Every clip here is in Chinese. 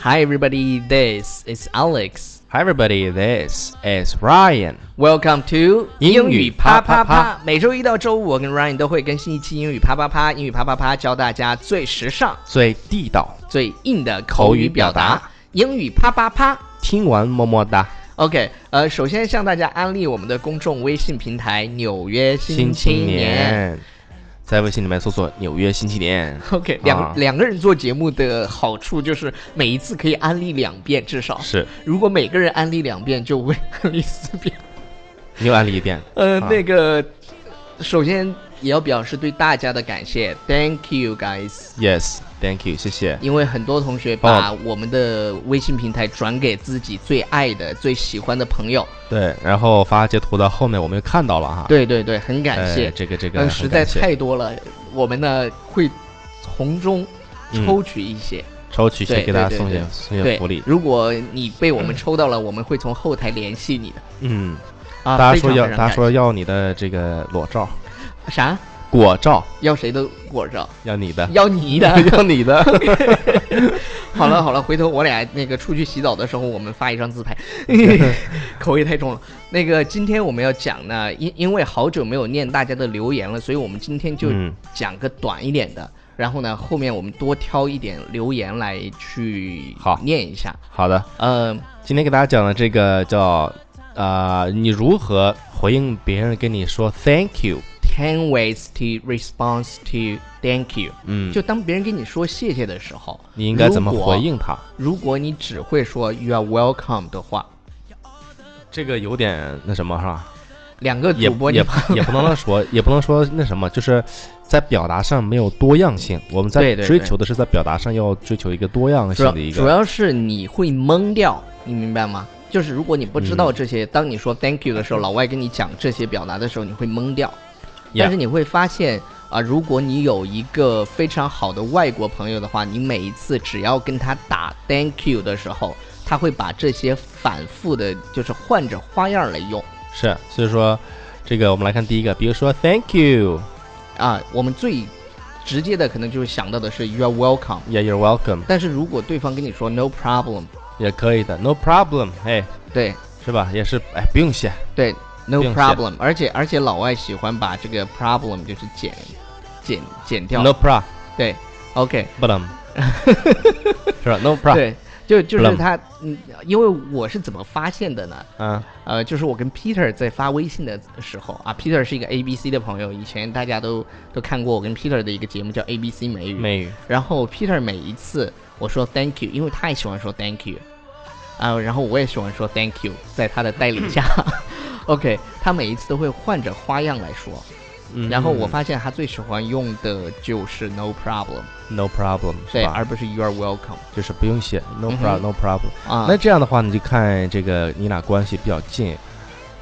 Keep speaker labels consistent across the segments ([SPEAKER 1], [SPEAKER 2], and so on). [SPEAKER 1] Hi, everybody. This is Alex.
[SPEAKER 2] Hi everybody, this is Ryan。
[SPEAKER 1] Welcome to
[SPEAKER 2] 英语啪啪啪。
[SPEAKER 1] 每周一到周五，我跟 Ryan 都会更新一期英语啪啪啪。英语啪啪啪教大家最时尚、
[SPEAKER 2] 最地道，
[SPEAKER 1] 最硬的口语表达。
[SPEAKER 2] 口语表达
[SPEAKER 1] 英语啪啪啪。
[SPEAKER 2] 听完么么哒。
[SPEAKER 1] OK，呃，首先向大家安利我们的公众微信平台《纽约新青
[SPEAKER 2] 青年，在微信里面搜索“纽约新青年
[SPEAKER 1] OK，两、
[SPEAKER 2] 啊
[SPEAKER 1] 两个人做节目的好处就是每一次可以安利两遍至”，少。
[SPEAKER 2] 是，
[SPEAKER 1] 如果每个人安利两遍，就会 安利四遍。
[SPEAKER 2] 你又安利一遍。
[SPEAKER 1] 呃，
[SPEAKER 2] 啊
[SPEAKER 1] 那个，首先也要表示对大家的感谢，Thank you guys，
[SPEAKER 2] Yes，Thank you，谢谢。
[SPEAKER 1] 因为很多同学把
[SPEAKER 2] 哦
[SPEAKER 1] 我们的微信平台转给自己最爱的、最喜欢的朋友。
[SPEAKER 2] 对，然后发截图到后面我们又看到了哈。，
[SPEAKER 1] 对对对，很感谢。
[SPEAKER 2] 呃、这啊个这个、
[SPEAKER 1] 嗯，实在
[SPEAKER 2] 很感谢
[SPEAKER 1] 太多了，我们呢会从中抽取一些。
[SPEAKER 2] 抽取一些
[SPEAKER 1] 对
[SPEAKER 2] 给大家
[SPEAKER 1] 对对
[SPEAKER 2] 送些
[SPEAKER 1] 对
[SPEAKER 2] 送些
[SPEAKER 1] 对
[SPEAKER 2] 嗯福利，。
[SPEAKER 1] 如果你被我们抽到了，我们会从后台联系你的。
[SPEAKER 2] 嗯，
[SPEAKER 1] 啊，
[SPEAKER 2] 大家
[SPEAKER 1] 非
[SPEAKER 2] 说
[SPEAKER 1] 常
[SPEAKER 2] 要
[SPEAKER 1] 非常
[SPEAKER 2] 大家
[SPEAKER 1] 感
[SPEAKER 2] 说要你的这个裸照、
[SPEAKER 1] 谢啥？
[SPEAKER 2] 果照，
[SPEAKER 1] 要谁的果照？
[SPEAKER 2] 要你 的，
[SPEAKER 1] 要你的。
[SPEAKER 2] 要你的。
[SPEAKER 1] 好了好了，回头我俩那个出去洗澡的时候，我们发一张 自拍。口味太重了。那个今天我们要讲呢，因因为好久没有念大家的留言了，所以我们今天就
[SPEAKER 2] 嗯
[SPEAKER 1] 讲个短一点的。然后呢，后面我们多挑一点留言来去
[SPEAKER 2] 好
[SPEAKER 1] 念一下。
[SPEAKER 2] 好的，
[SPEAKER 1] 嗯、
[SPEAKER 2] 今天给大家讲的这个叫，呃，你如何回应别人跟你说 thank you？
[SPEAKER 1] t e n ways to response to thank you。
[SPEAKER 2] 嗯，
[SPEAKER 1] 就当别人跟你说谢谢的时候，
[SPEAKER 2] 你应该怎么
[SPEAKER 1] 如果
[SPEAKER 2] 回？应他？
[SPEAKER 1] 如果你只会说 you are welcome 的话，
[SPEAKER 2] 这个有点那什么是吧？
[SPEAKER 1] 两个
[SPEAKER 2] 也
[SPEAKER 1] 主播
[SPEAKER 2] 也
[SPEAKER 1] 你
[SPEAKER 2] 不也不能说，也不能说那什么，就是在表达上没有多样性。我们在
[SPEAKER 1] 对对对
[SPEAKER 2] 追求的是在表达上要追求一个多样
[SPEAKER 1] 主
[SPEAKER 2] 性
[SPEAKER 1] 要
[SPEAKER 2] 的一
[SPEAKER 1] 主
[SPEAKER 2] 个。
[SPEAKER 1] 要是你会懵掉，你明白吗？就是如果你不知
[SPEAKER 2] 嗯
[SPEAKER 1] 道这些，当你说 thank you 的时候，老外跟你讲这些表达的时候，你会懵掉。但是
[SPEAKER 2] Yeah
[SPEAKER 1] 你会发现啊、如果你有一个非常好的外国朋友的话，你每一次只要跟他打 thank you 的时候，他会把这些反复的，就是换着花样来用
[SPEAKER 2] 是，所以说这个我们来看第一个，比如说 thank you，yeah
[SPEAKER 1] 啊。我们最直接的可能就是想到的是 you're welcome，
[SPEAKER 2] you're welcome，
[SPEAKER 1] 但是如果对方跟你说 no problem，
[SPEAKER 2] 也可以的，no problem，哎，
[SPEAKER 1] 对，
[SPEAKER 2] 是吧？也是，哎，不用谢。
[SPEAKER 1] 对，no
[SPEAKER 2] 并且
[SPEAKER 1] problem，而且而且老外喜欢把这个 problem 就是减减减掉
[SPEAKER 2] No problem，
[SPEAKER 1] 对，OK，
[SPEAKER 2] 是吧？No problem，
[SPEAKER 1] 对，就就是
[SPEAKER 2] Problem
[SPEAKER 1] 他，嗯，因为我是怎么发现的呢？
[SPEAKER 2] 嗯
[SPEAKER 1] 呃，就是我跟 Peter 在发微信的时候啊，Peter 是一个 ABC 的朋友，以前大家都都看过我跟 Peter 的一个节目叫 ABC 美语，
[SPEAKER 2] 美语，
[SPEAKER 1] 然后 Peter 每一次我说 Thank you，因为他也喜欢说 Thank you，啊、然后我也喜欢说 Thank you，在他的带领 下，OK，他每一次都会换着花样来说。
[SPEAKER 2] 嗯
[SPEAKER 1] 然后我发现他最喜欢用的就是 no problem，
[SPEAKER 2] no problem，
[SPEAKER 1] 对，
[SPEAKER 2] 是吧
[SPEAKER 1] 而？不是 you are welcome
[SPEAKER 2] 就是不用谢，no
[SPEAKER 1] 嗯
[SPEAKER 2] problem，no
[SPEAKER 1] 哼
[SPEAKER 2] problem。
[SPEAKER 1] 啊。
[SPEAKER 2] 那这样的话，你就看这个你俩关系比较近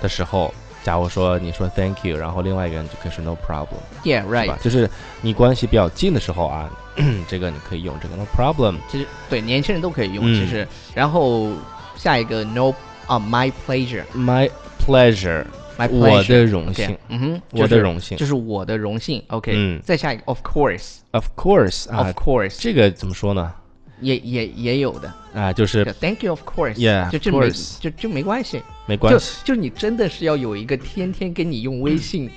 [SPEAKER 2] 的时候，假如说你说 thank you，然后另外一个人就可以说 no problem，
[SPEAKER 1] yeah
[SPEAKER 2] 是
[SPEAKER 1] right，
[SPEAKER 2] 吧？就是你关系比较近的时候啊， 这个你可以用这个 no problem，
[SPEAKER 1] 其实对年轻人都可以用，
[SPEAKER 2] 嗯
[SPEAKER 1] 其实。然后下一个 no 啊 my pleasure
[SPEAKER 2] my pleasure，
[SPEAKER 1] my
[SPEAKER 2] 我
[SPEAKER 1] pleasure，
[SPEAKER 2] 的荣
[SPEAKER 1] OK，
[SPEAKER 2] 幸，
[SPEAKER 1] 嗯哼，
[SPEAKER 2] 我
[SPEAKER 1] 就
[SPEAKER 2] 的
[SPEAKER 1] 是
[SPEAKER 2] 荣幸
[SPEAKER 1] 就是我的荣幸，OK。
[SPEAKER 2] 嗯
[SPEAKER 1] 再下一个 of course，of
[SPEAKER 2] ，of course 啊，
[SPEAKER 1] course
[SPEAKER 2] 这个怎么说呢？
[SPEAKER 1] 也也也有的，
[SPEAKER 2] 啊，就是
[SPEAKER 1] 叫 thank you of course，
[SPEAKER 2] Yeah，
[SPEAKER 1] 就
[SPEAKER 2] of
[SPEAKER 1] 这没
[SPEAKER 2] course
[SPEAKER 1] 就就没关系，
[SPEAKER 2] 没关
[SPEAKER 1] 就
[SPEAKER 2] 系，嗯
[SPEAKER 1] 就你真的是要有一个天天跟你用微信、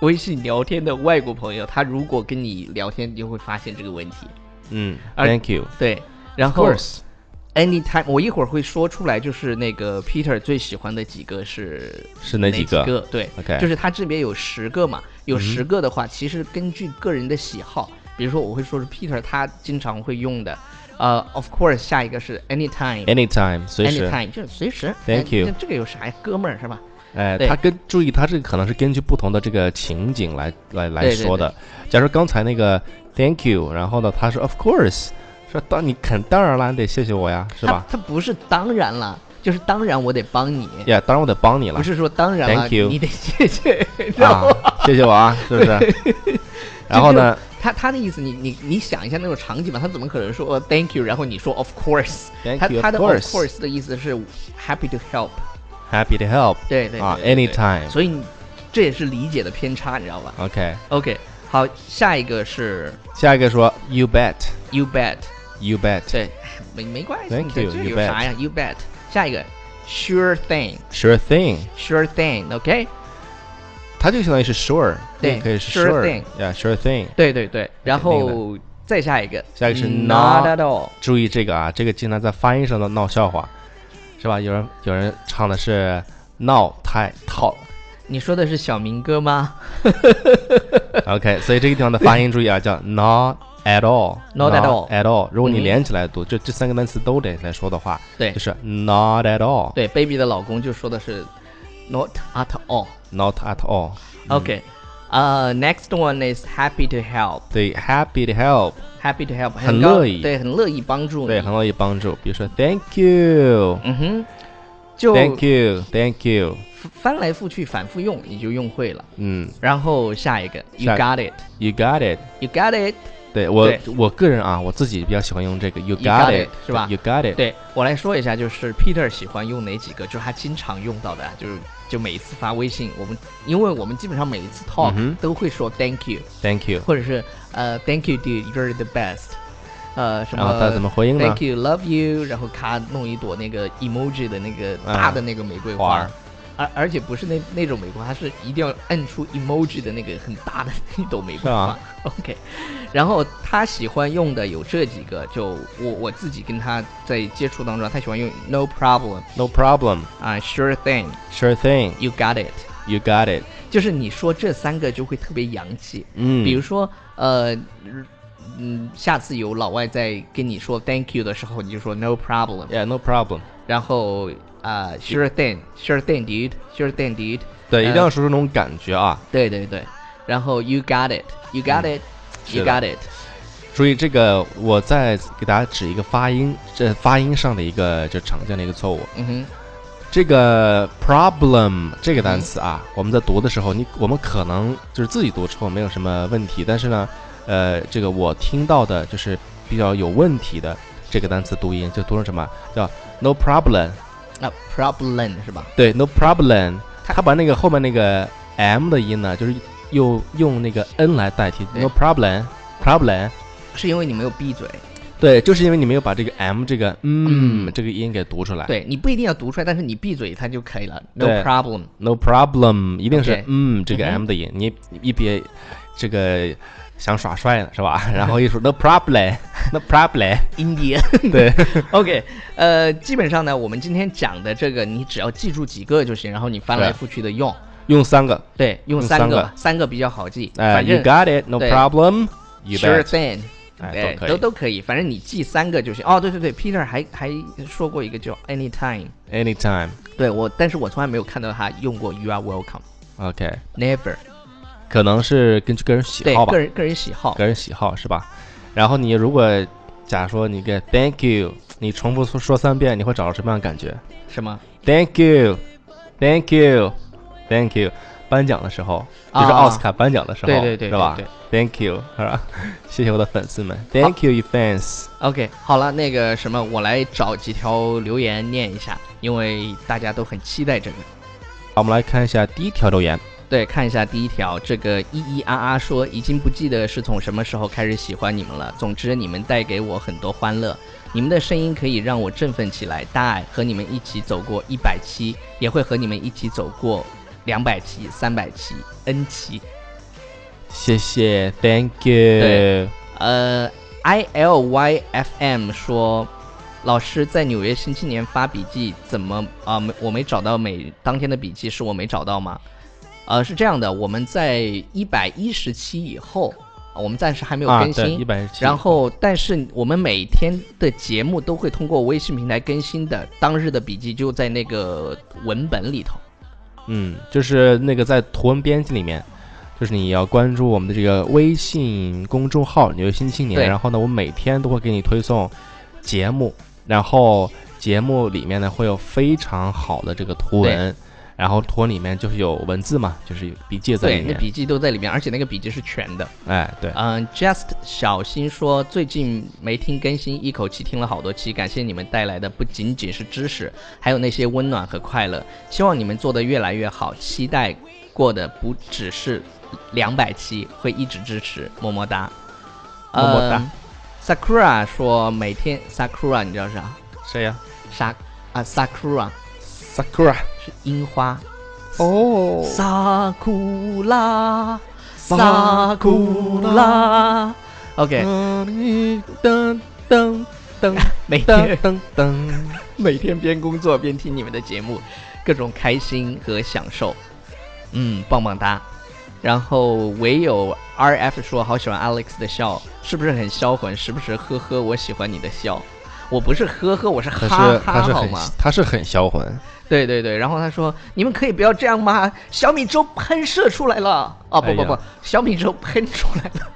[SPEAKER 1] 微信聊天的外国朋友，他如果跟你聊天，你就会发现这个问题。
[SPEAKER 2] 嗯
[SPEAKER 1] 而
[SPEAKER 2] ，thank you，of
[SPEAKER 1] 对，啊然后
[SPEAKER 2] course，
[SPEAKER 1] anytime，我一会儿会说出来，就是那个 Peter 最喜欢的几个是
[SPEAKER 2] 是哪
[SPEAKER 1] 几
[SPEAKER 2] 几个
[SPEAKER 1] 对
[SPEAKER 2] OK 嗯
[SPEAKER 1] 就是他这边有十个嘛，有十个的话，其实根据个人的喜好，比如说我会说是 Peter 他经常会用的，呃，of course，下一个是 anytime。
[SPEAKER 2] anytime，随时。
[SPEAKER 1] Anytime 就是随时
[SPEAKER 2] Thank you
[SPEAKER 1] 哎这个有啥呀，哥们儿是吧？
[SPEAKER 2] 哎，
[SPEAKER 1] 对
[SPEAKER 2] 他跟注意，他这个可能是根据不同的这个情景来来来
[SPEAKER 1] 对对
[SPEAKER 2] 说的。假如刚才那个 Thank you，然后呢，他说 Of course，说当你肯当然啦，你得谢谢我呀，是吧？
[SPEAKER 1] 他他不是当然了，就是当然我得帮你，
[SPEAKER 2] 呀，当然我得帮你了
[SPEAKER 1] 不是说当然了
[SPEAKER 2] Thank you
[SPEAKER 1] 你得谢谢， 你知道吗？
[SPEAKER 2] 啊，谢谢 我啊，是不是？然后呢
[SPEAKER 1] 他他的意思，你你你想一下那种场景吧，他怎么可能说呃 thank you，然后你说 of course？
[SPEAKER 2] ？Thank
[SPEAKER 1] 他
[SPEAKER 2] you，
[SPEAKER 1] 他
[SPEAKER 2] of
[SPEAKER 1] 的 of
[SPEAKER 2] course，happy
[SPEAKER 1] course 的意思是 happy to help，
[SPEAKER 2] to help
[SPEAKER 1] 对对
[SPEAKER 2] 啊
[SPEAKER 1] 对对对
[SPEAKER 2] ，anytime。
[SPEAKER 1] 所以你这也是理解的偏差，你知道吧
[SPEAKER 2] OK，
[SPEAKER 1] ？OK，好，下一个是
[SPEAKER 2] 下一个说 You bet，You
[SPEAKER 1] you bet，
[SPEAKER 2] bet，
[SPEAKER 1] 对没没关系
[SPEAKER 2] Thank
[SPEAKER 1] 这
[SPEAKER 2] you,
[SPEAKER 1] 这
[SPEAKER 2] you
[SPEAKER 1] 有啥呀？You bet。下一个，sure thing，sure
[SPEAKER 2] Sure thing，
[SPEAKER 1] thing，OK？、
[SPEAKER 2] 它就相当于是 sure，
[SPEAKER 1] 对
[SPEAKER 2] 也可以是
[SPEAKER 1] sure
[SPEAKER 2] sure，
[SPEAKER 1] thing
[SPEAKER 2] 呀，sure thing。
[SPEAKER 1] 对对对，然
[SPEAKER 2] 肯定的
[SPEAKER 1] 后再下一个，
[SPEAKER 2] 下一个是
[SPEAKER 1] not
[SPEAKER 2] not
[SPEAKER 1] at all，
[SPEAKER 2] 注意这个啊，这个经常在发音上的闹笑话，是吧？有人有人唱的是闹太套
[SPEAKER 1] 你说的是小明哥吗
[SPEAKER 2] ，OK，所以这个地方的发音注意啊，叫 not at all，not
[SPEAKER 1] Not at all
[SPEAKER 2] at all。如果你
[SPEAKER 1] 嗯
[SPEAKER 2] 连起来读，这这三个单词都得来说的话，
[SPEAKER 1] 对
[SPEAKER 2] 就是 not at all，
[SPEAKER 1] 对，baby 的老公就说的是 not at all。
[SPEAKER 2] ，not at all。
[SPEAKER 1] OK，呃、n e x t one is happy to help。
[SPEAKER 2] 对，happy to help，
[SPEAKER 1] happy to help，
[SPEAKER 2] 很
[SPEAKER 1] 高
[SPEAKER 2] 乐意
[SPEAKER 1] 对，很乐意帮助你。
[SPEAKER 2] 对，很乐意帮助。比如说，Thank you，Thank
[SPEAKER 1] 嗯哼，就
[SPEAKER 2] you，Thank you，
[SPEAKER 1] 翻来覆去反复用，你就用会了。
[SPEAKER 2] 嗯
[SPEAKER 1] 然后下一个，you
[SPEAKER 2] 下一
[SPEAKER 1] got it，you
[SPEAKER 2] ，You got it。
[SPEAKER 1] got it，
[SPEAKER 2] 对我
[SPEAKER 1] 对
[SPEAKER 2] 我个人啊，我自己比较喜欢用这个
[SPEAKER 1] You
[SPEAKER 2] “you
[SPEAKER 1] got
[SPEAKER 2] got it”
[SPEAKER 1] it，是吧
[SPEAKER 2] ？“you got it”，
[SPEAKER 1] 对我来说一下，就是 Peter 喜欢用哪几个，就是他经常用到的啊，就是就每一次发微信，我们因为我们基本上每一次 talk
[SPEAKER 2] 嗯哼
[SPEAKER 1] 都会说 Thank you，
[SPEAKER 2] ，“thank you”。
[SPEAKER 1] 或者是呃 Thank you dude，you're the best，呃什
[SPEAKER 2] 然后他怎
[SPEAKER 1] 么。
[SPEAKER 2] 么回应呢
[SPEAKER 1] Thank？you, love you。然后咔弄一朵那个 emoji 的那个大的那个玫瑰
[SPEAKER 2] 啊花
[SPEAKER 1] 花，
[SPEAKER 2] 儿
[SPEAKER 1] 而而且不是那那种玫瑰花，它是一定要摁出 emoji 的那个很大的一朵玫瑰花
[SPEAKER 2] 是。啊
[SPEAKER 1] OK，然后他喜欢用的有这几个，就我我自己跟他在接触当中，他喜欢用 no problem
[SPEAKER 2] No problem,
[SPEAKER 1] 啊、sure thing,
[SPEAKER 2] sure thing,
[SPEAKER 1] you got it。
[SPEAKER 2] you got it。
[SPEAKER 1] 就是你说这三个就会特别洋气。
[SPEAKER 2] 嗯，
[SPEAKER 1] 比如说，呃，嗯，下次有老外在跟你说 thank you 的时候，你就说 no problem。
[SPEAKER 2] ，Yeah, no problem。
[SPEAKER 1] 然后啊、s u r e thing，sure thing，dude，sure thing，dude，
[SPEAKER 2] 对，一
[SPEAKER 1] 呃
[SPEAKER 2] 定要说出那种感觉啊！
[SPEAKER 1] 对对对，然后 you got it，you got
[SPEAKER 2] 嗯
[SPEAKER 1] it，you
[SPEAKER 2] 是的
[SPEAKER 1] got it，
[SPEAKER 2] 注意这个，我再给大家指一个发音，这发音上的一个就常见的一个错误。
[SPEAKER 1] 嗯哼，
[SPEAKER 2] 这个 problem 这个单词啊，我们在读的时候，你我们可能就是自己读之后没有什么问题，但是呢，呃，这个我听到的就是比较有问题的这个单词读音，就读成什么叫 no problem，
[SPEAKER 1] 那啊 problem 是吧？
[SPEAKER 2] 对 no problem，
[SPEAKER 1] 它
[SPEAKER 2] 他把那个后面那个 m 的音呢，就是又用那个 n 来代替
[SPEAKER 1] 对
[SPEAKER 2] no problem problem，
[SPEAKER 1] 是因为你没有闭嘴，
[SPEAKER 2] 对，就是因为你没有把这个 m 这个嗯
[SPEAKER 1] 嗯
[SPEAKER 2] 这个音给读出来，
[SPEAKER 1] 对你不一定要读出来，但是你闭嘴它就可以了，no
[SPEAKER 2] 哎对
[SPEAKER 1] problem，
[SPEAKER 2] No problem，一定是
[SPEAKER 1] OK
[SPEAKER 2] 嗯这个
[SPEAKER 1] 嗯哼
[SPEAKER 2] m 的音，你一别这个想耍帅呢是吧？ 然后一说 no problem，no problem，
[SPEAKER 1] India，
[SPEAKER 2] 对
[SPEAKER 1] OK，呃，基本上呢，我们今天讲的这个，你只要记住几个就行，然后你翻来覆去的用，
[SPEAKER 2] 用三个，
[SPEAKER 1] 对，用
[SPEAKER 2] 用
[SPEAKER 1] 三
[SPEAKER 2] 三
[SPEAKER 1] 个
[SPEAKER 2] 个
[SPEAKER 1] 吧，三个比较好记，
[SPEAKER 2] 哎
[SPEAKER 1] 反
[SPEAKER 2] ，you
[SPEAKER 1] 正
[SPEAKER 2] got it，no
[SPEAKER 1] 对
[SPEAKER 2] problem，you
[SPEAKER 1] sure
[SPEAKER 2] bet，
[SPEAKER 1] thing，
[SPEAKER 2] 哎都可
[SPEAKER 1] 都
[SPEAKER 2] 以
[SPEAKER 1] 都可以，反正你记三个就行。哦，对对对，Peter 还还说过一个叫 anytime，
[SPEAKER 2] ，anytime，OK，
[SPEAKER 1] 对我，但是我从来没有看到他用过 you are welcome，never。
[SPEAKER 2] 可能是根据个人喜
[SPEAKER 1] 对
[SPEAKER 2] 好，吧
[SPEAKER 1] 个，人个人喜好，
[SPEAKER 2] 个人喜好是吧？然后你如果假如说你给 thank you，你重复说说三遍，你会找到什么样的感觉
[SPEAKER 1] 什么？
[SPEAKER 2] ？Thank you，thank you，thank you。颁奖的时候，就是
[SPEAKER 1] 啊
[SPEAKER 2] 奥斯卡颁奖的时候，
[SPEAKER 1] 对对对，
[SPEAKER 2] 是吧？
[SPEAKER 1] 对对
[SPEAKER 2] Thank you，是吧？ 谢谢我的粉丝们，Thank you，you fans。
[SPEAKER 1] OK，好了，那个什么，我来找几条留言念一下，因为大家都很期待这个。
[SPEAKER 2] 好，我们来看一下第一条留言，
[SPEAKER 1] 对，看一下第一条，这个咿咿啊啊说，已经不记得是从什么时候开始喜欢你们了。总之，你们带给我很多欢乐，你们的声音可以让我振奋起来。大爱和你们一起走过一百期，也会和你们一起走过两百期、三百期、N 期。
[SPEAKER 2] 谢谢，Thank
[SPEAKER 1] 对
[SPEAKER 2] you。
[SPEAKER 1] 呃，I L Y F M 说，老师在纽约新青年发笔记，怎么啊？没、我没找到每当天的笔记，是我没找到吗？呃，是这样的，我们在一百一十期以后，呃我们暂时还没有
[SPEAKER 2] 啊，
[SPEAKER 1] 更
[SPEAKER 2] 对，
[SPEAKER 1] 新。
[SPEAKER 2] 一百七。
[SPEAKER 1] 然后，但是我们每天的节目都会通过微信平台更新的，当日的笔记就在那个文本里头。
[SPEAKER 2] 嗯，就是那个在图文编辑里面，就是你要关注我们的这个微信公众号“纽约新青年”，
[SPEAKER 1] 对
[SPEAKER 2] 然后呢，我每天都会给你推送节目，然后节目里面呢会有非常好的这个图文，然后图文里面就是有文字嘛，就是有笔记在
[SPEAKER 1] 对，
[SPEAKER 2] 里
[SPEAKER 1] 那
[SPEAKER 2] 面。
[SPEAKER 1] 笔记都在里面，而且那个笔记是全的。
[SPEAKER 2] 哎，对，
[SPEAKER 1] 嗯，Just 小新说最近没听更新，一口气听了好多期，感谢你们带来的不仅仅是知识，还有那些温暖和快乐。希望你们做得越来越好，期待过的不只是两百期，会一直支持，么么哒，
[SPEAKER 2] 么么哒
[SPEAKER 1] 嗯。 Sakura 说每天 Sakura 你知道是啥？
[SPEAKER 2] 谁呀
[SPEAKER 1] 啥啊 Sakura
[SPEAKER 2] ？Sakura。
[SPEAKER 1] 是樱花。
[SPEAKER 2] 哦
[SPEAKER 1] Sakura Sakura。OK，
[SPEAKER 2] 噔噔噔噔
[SPEAKER 1] 每
[SPEAKER 2] 噔
[SPEAKER 1] 天
[SPEAKER 2] 噔噔。
[SPEAKER 1] 每天边工作边听你们的节目，各种开心和享受。嗯，棒棒哒。然后唯有 R F 说好喜欢 Alex 的笑，是不是很销魂？时不时呵呵，我喜欢你的笑。我不是呵呵，我是
[SPEAKER 2] 他
[SPEAKER 1] 哈
[SPEAKER 2] 是
[SPEAKER 1] 哈，
[SPEAKER 2] 他是
[SPEAKER 1] 好
[SPEAKER 2] 很
[SPEAKER 1] 吗？
[SPEAKER 2] 他是很销魂，
[SPEAKER 1] 对对对，然后他说：“你们可以不要这样吗？小米粥喷射出来了！”啊，不不不，
[SPEAKER 2] 哎呀
[SPEAKER 1] 小米粥喷出来了。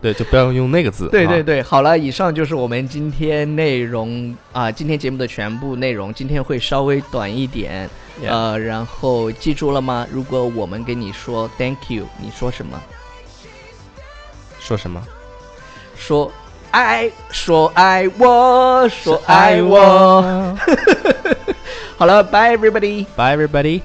[SPEAKER 2] 对，就不要用那个字。
[SPEAKER 1] 对
[SPEAKER 2] 啊
[SPEAKER 1] 对对，好了，以上就是我们今天内容啊、今天节目的全部内容。今天会稍微短一点
[SPEAKER 2] Yeah
[SPEAKER 1] 呃，然后记住了吗？如果我们跟你说 “thank you”，你说什么？
[SPEAKER 2] 说什么？
[SPEAKER 1] 说爱，说爱我，说爱我。
[SPEAKER 2] 我。
[SPEAKER 1] 好了，bye everybody。
[SPEAKER 2] Bye everybody.